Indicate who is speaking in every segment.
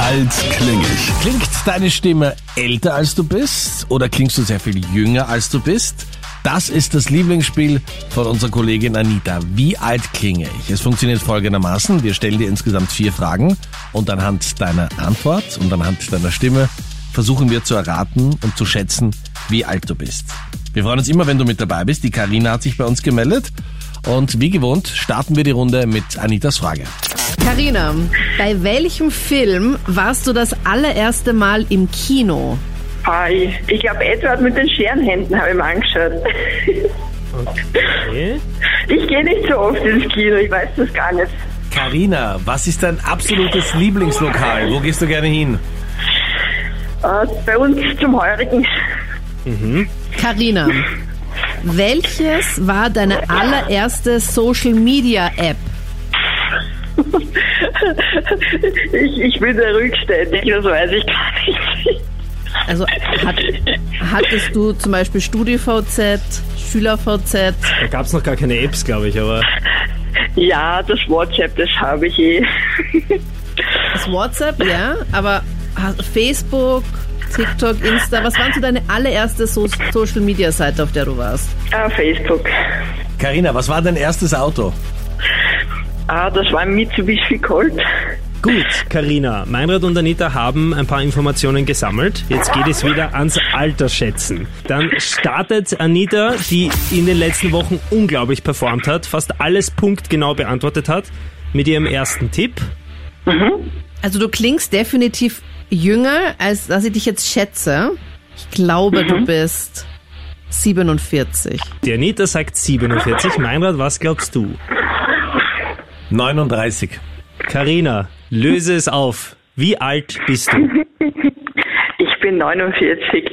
Speaker 1: Alt klingig.
Speaker 2: Klingt deine Stimme älter als du bist oder klingst du sehr viel jünger als du bist? Das ist das Lieblingsspiel von unserer Kollegin Anita. Wie alt klinge ich? Es funktioniert folgendermaßen. Wir stellen dir insgesamt vier Fragen und anhand deiner Antwort und anhand deiner Stimme versuchen wir zu erraten und zu schätzen, wie alt du bist. Wir freuen uns immer, wenn du mit dabei bist. Die Karina hat sich bei uns gemeldet und wie gewohnt starten wir die Runde mit Anitas Frage.
Speaker 3: Karina, bei welchem Film warst du das allererste Mal im Kino?
Speaker 4: Hi. Ah, Ich glaube, Edward mit den Scherenhänden habe ich mir angeschaut.
Speaker 5: Okay.
Speaker 4: Ich gehe nicht so oft ins Kino, ich weiß das gar nicht.
Speaker 2: Karina, was ist dein absolutes Lieblingslokal? Wo gehst du gerne hin?
Speaker 4: Äh, bei uns zum Heurigen
Speaker 3: Karina, welches war deine allererste Social Media App?
Speaker 4: Ich, ich bin der Rückständig, das weiß ich gar nicht.
Speaker 3: Also hat, hattest du zum Beispiel StudiVZ, SchülerVZ?
Speaker 5: Da gab es noch gar keine Apps, glaube ich, aber
Speaker 4: Ja, das WhatsApp, das habe ich eh.
Speaker 3: Das WhatsApp, ja, aber ha- Facebook, TikTok, Insta, was waren so deine allererste so Social Media Seite, auf der du warst?
Speaker 4: Ah, Facebook.
Speaker 2: Karina, was war dein erstes Auto?
Speaker 4: Ah, das war ein Mitsubishi Colt.
Speaker 5: gut, Karina, Meinrad und Anita haben ein paar Informationen gesammelt. Jetzt geht es wieder ans Alter schätzen. Dann startet Anita, die in den letzten Wochen unglaublich performt hat, fast alles punktgenau beantwortet hat, mit ihrem ersten Tipp.
Speaker 3: Also du klingst definitiv jünger, als dass ich dich jetzt schätze. Ich glaube, du bist 47.
Speaker 5: Die Anita sagt 47. Meinrad, was glaubst du?
Speaker 2: 39.
Speaker 5: Karina, löse es auf. Wie alt bist du?
Speaker 4: Ich bin 49.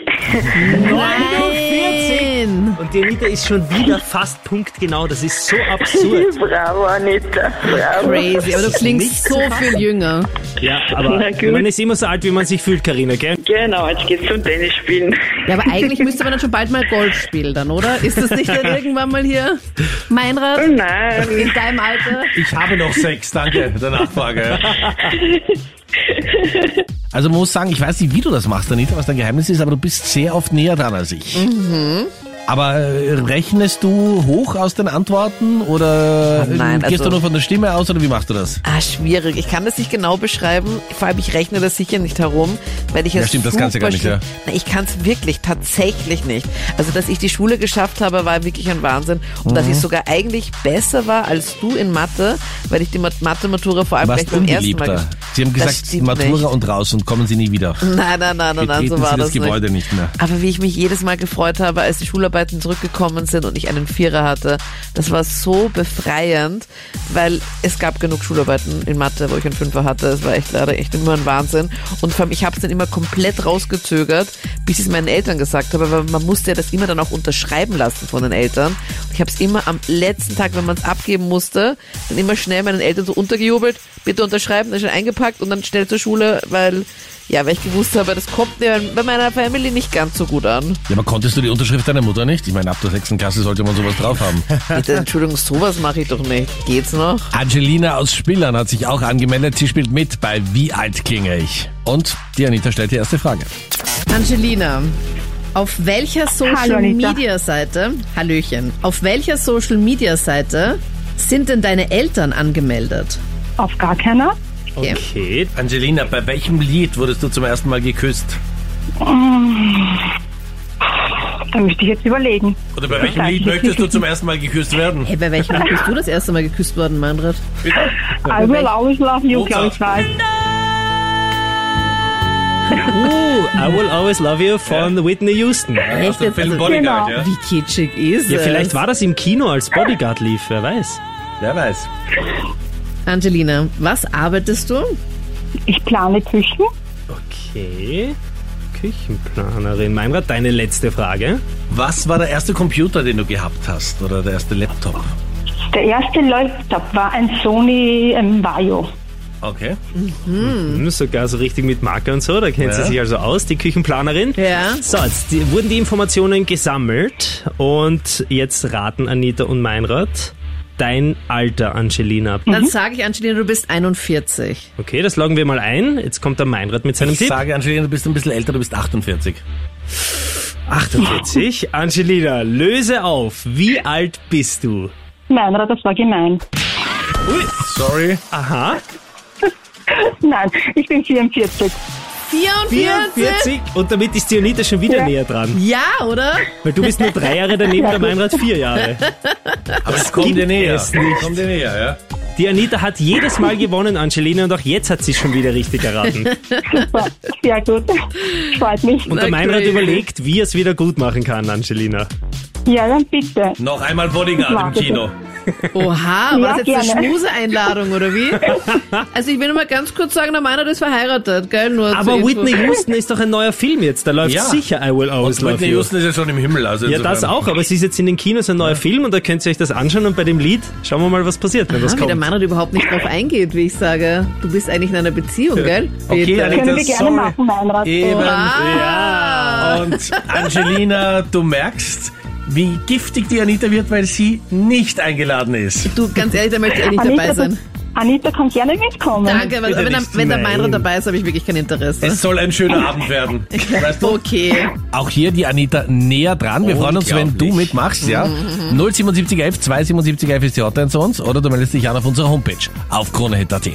Speaker 5: 49!
Speaker 3: Nein!
Speaker 5: Und die Anita ist schon wieder fast punktgenau. Das ist so absurd.
Speaker 4: Bravo, Anita. Bravo.
Speaker 3: Crazy, aber du
Speaker 5: ist
Speaker 3: klingst
Speaker 5: nicht
Speaker 3: so viel jünger.
Speaker 5: Ja, aber
Speaker 4: Na gut.
Speaker 5: man ist immer so alt, wie man sich fühlt, Karina, gell?
Speaker 4: Genau, jetzt geht's zum Tennis spielen.
Speaker 3: Ja, aber eigentlich müsste man dann schon bald mal Golf spielen dann, oder? Ist das nicht dann irgendwann mal hier? Meinrad,
Speaker 4: Nein.
Speaker 3: in deinem Alter?
Speaker 2: Ich habe noch sechs, danke der Nachfrage. Also man muss sagen, ich weiß nicht, wie du das machst, Anita, was dein Geheimnis ist, aber du bist sehr oft näher dran als ich.
Speaker 6: Mhm.
Speaker 2: Aber äh, rechnest du hoch aus den Antworten oder
Speaker 6: Oh nein,
Speaker 2: äh, gehst
Speaker 6: also-
Speaker 2: du nur von der Stimme aus oder wie machst du das?
Speaker 6: Ah, schwierig. Ich kann das nicht genau beschreiben. Vor allem, ich rechne das sicher nicht herum, weil ich
Speaker 2: Ja,
Speaker 6: es
Speaker 2: stimmt, das
Speaker 6: super
Speaker 2: kannst du gar nicht,
Speaker 6: schlimm-
Speaker 2: ja.
Speaker 6: Na, ich kann es wirklich, tatsächlich nicht. Also, dass ich die Schule geschafft habe, war wirklich ein Wahnsinn. Und
Speaker 2: Mhm.
Speaker 6: dass ich sogar eigentlich besser war als du in Mathe, weil ich die Mat- Mathe-Matura vor allem
Speaker 2: Du
Speaker 6: gleich
Speaker 2: warst
Speaker 6: beim ersten Mal...
Speaker 2: unbeliebter.
Speaker 6: gesch-
Speaker 2: Sie haben
Speaker 6: Das
Speaker 2: gesagt,
Speaker 6: stimmt
Speaker 2: Matura
Speaker 6: nicht.
Speaker 2: und raus und kommen sie nie wieder.
Speaker 6: Nein, nein, nein, nein, nein,
Speaker 2: Betreten
Speaker 6: so
Speaker 2: sie
Speaker 6: war
Speaker 2: das
Speaker 6: das
Speaker 2: Gebäude nicht mehr.
Speaker 6: Aber wie ich mich jedes Mal gefreut habe, als die Schularbeiten zurückgekommen sind und ich einen Vierer hatte, das war so befreiend, weil es gab genug Schularbeiten in Mathe, wo ich einen Fünfer hatte. Es war echt leider echt immer ein Wahnsinn. Und vor allem, ich habe es dann immer komplett rausgezögert, bis ich es meinen Eltern gesagt habe, weil man musste ja das immer dann auch unterschreiben lassen von den Eltern. Und ich habe es immer am letzten Tag, wenn man es abgeben musste, dann immer schnell meinen Eltern so untergejubelt, bitte unterschreiben, dann schnell eingepackt und dann schnell zur Schule, weil ja, weil ich gewusst habe, das kommt mir bei meiner Family nicht ganz so gut an.
Speaker 2: Ja, aber konntest du die Unterschrift deiner Mutter nicht? Ich meine, ab der sechsten Klasse sollte man sowas drauf haben.
Speaker 6: Bitte, Entschuldigung, sowas mache ich doch nicht. Geht's noch?
Speaker 2: Angelina aus Spillern hat sich auch angemeldet. Sie spielt mit bei Wie alt klinge ich? Und die Anita stellt die erste Frage.
Speaker 3: Angelina, auf welcher
Speaker 4: Hallo,
Speaker 3: Social
Speaker 4: Anita.
Speaker 3: Media Seite, Hallöchen, auf welcher Social Media Seite sind denn deine Eltern angemeldet?
Speaker 7: Auf gar keiner.
Speaker 3: Okay.
Speaker 5: Okay.
Speaker 2: Angelina, bei welchem Lied wurdest du zum ersten Mal geküsst?
Speaker 7: Da müsste ich jetzt überlegen.
Speaker 2: Oder bei welchem
Speaker 7: Lied möchtest
Speaker 2: du zum ersten Mal geküsst werden?
Speaker 3: Hey, bei welchem Lied bist du das erste Mal geküsst worden, Manfred?
Speaker 7: I will always love you, glaube ich, war es.
Speaker 5: Uh, I will always love you von Whitney Houston. Ja,
Speaker 3: Echt jetzt? Also,
Speaker 7: Bodyguard,
Speaker 2: ja?
Speaker 3: wie kitschig ist es?
Speaker 5: vielleicht war das im Kino, als Bodyguard lief, wer weiß.
Speaker 2: Wer weiß.
Speaker 3: Angelina, was arbeitest du?
Speaker 7: Ich plane Küchen.
Speaker 5: Okay. Küchenplanerin. Meinrad, deine letzte Frage.
Speaker 2: Was war der erste Computer, den du gehabt hast? Oder der erste Laptop?
Speaker 7: Der erste Laptop war ein Sony ähm, Vaio.
Speaker 2: Okay.
Speaker 5: Hm, sogar so richtig mit Marker und so, da kennt
Speaker 2: Ja.
Speaker 5: sie sich also aus, die Küchenplanerin.
Speaker 3: Ja.
Speaker 5: So, jetzt die, wurden die Informationen gesammelt und jetzt raten Anita und Meinrad. dein Alter, Angelina?
Speaker 3: Dann sage ich, Angelina, du bist 41.
Speaker 5: Okay, das loggen wir mal ein. Jetzt kommt der Meinrad mit seinem
Speaker 2: Ich
Speaker 5: Tipp.
Speaker 2: sage, Angelina, du bist ein bisschen älter, du bist 48.
Speaker 5: 48. Angelina, löse auf. Wie alt bist du?
Speaker 7: Meinrad, das war gemein.
Speaker 2: Sorry.
Speaker 5: Aha,
Speaker 7: Nein, ich bin 44.
Speaker 3: 44?
Speaker 5: 44. Und damit ist die Anita schon wieder
Speaker 7: Ja.
Speaker 5: näher dran.
Speaker 3: Ja, oder?
Speaker 5: Weil du bist nur drei Jahre daneben, der Meinrad vier Jahre.
Speaker 2: Aber es kommt dir näher.
Speaker 5: es nicht.
Speaker 2: Kommt dir näher, ja.
Speaker 5: Die Anita hat jedes Mal gewonnen, Angelina, und auch jetzt hat sie schon wieder richtig erraten.
Speaker 7: Super, sehr gut. Freut mich.
Speaker 5: Und der
Speaker 3: Na,
Speaker 5: Meinrad
Speaker 3: crazy.
Speaker 5: überlegt, wie er es wieder gut machen kann, Angelina.
Speaker 7: Ja, dann bitte.
Speaker 2: Noch einmal Bodyguard im
Speaker 7: Warte.
Speaker 2: Kino.
Speaker 3: Oha, war
Speaker 7: Ja,
Speaker 3: das jetzt eine
Speaker 7: gerne.
Speaker 3: Schmuse-Einladung, oder wie? Also ich will nur mal ganz kurz sagen, der Meinrad ist verheiratet, gell? Nur
Speaker 5: Aber
Speaker 3: zur Info. Ah,
Speaker 5: Whitney Houston ist doch ein neuer Film jetzt. Da läuft
Speaker 2: Ja.
Speaker 5: sicher I Will Always
Speaker 2: Und
Speaker 5: Love
Speaker 2: Whitney
Speaker 5: You.
Speaker 2: Houston ist ja schon im Himmel. Also
Speaker 5: Ja, das auch, aber es ist jetzt in den Kinos ein neuer Film und da könnt ihr euch das anschauen und bei dem Lied schauen wir mal, was passiert, wenn was
Speaker 3: Ah, wie der
Speaker 5: kommt.
Speaker 3: Meinrad überhaupt nicht drauf eingeht, wie ich sage. Du bist eigentlich in einer Beziehung, gell?
Speaker 2: Okay,
Speaker 3: Peter?
Speaker 2: Anita.
Speaker 7: Können wir gerne
Speaker 2: Sorry.
Speaker 7: machen, Meinrad.
Speaker 2: Eben.
Speaker 3: Ah.
Speaker 2: Und Angelina, du merkst, wie giftig die Anita wird, weil sie nicht eingeladen ist.
Speaker 3: Du, ganz ehrlich, da möchte ich eigentlich nicht
Speaker 7: Anita,
Speaker 3: dabei sein.
Speaker 7: du- Anita kann gerne mitkommen.
Speaker 3: Danke, aber
Speaker 2: bitte
Speaker 3: wenn, der-
Speaker 2: nicht,
Speaker 3: wenn der
Speaker 2: nein.
Speaker 3: Meinrad dabei ist, habe ich wirklich kein Interesse.
Speaker 2: Es soll ein schöner Abend werden. Weißt du?
Speaker 3: Okay.
Speaker 2: Auch hier die Anita näher dran. Wir freuen uns, wenn du mitmachst, ja? 07711 27711 ist die Hotline zu uns oder du meldest dich an auf unserer Homepage auf kronehit.at.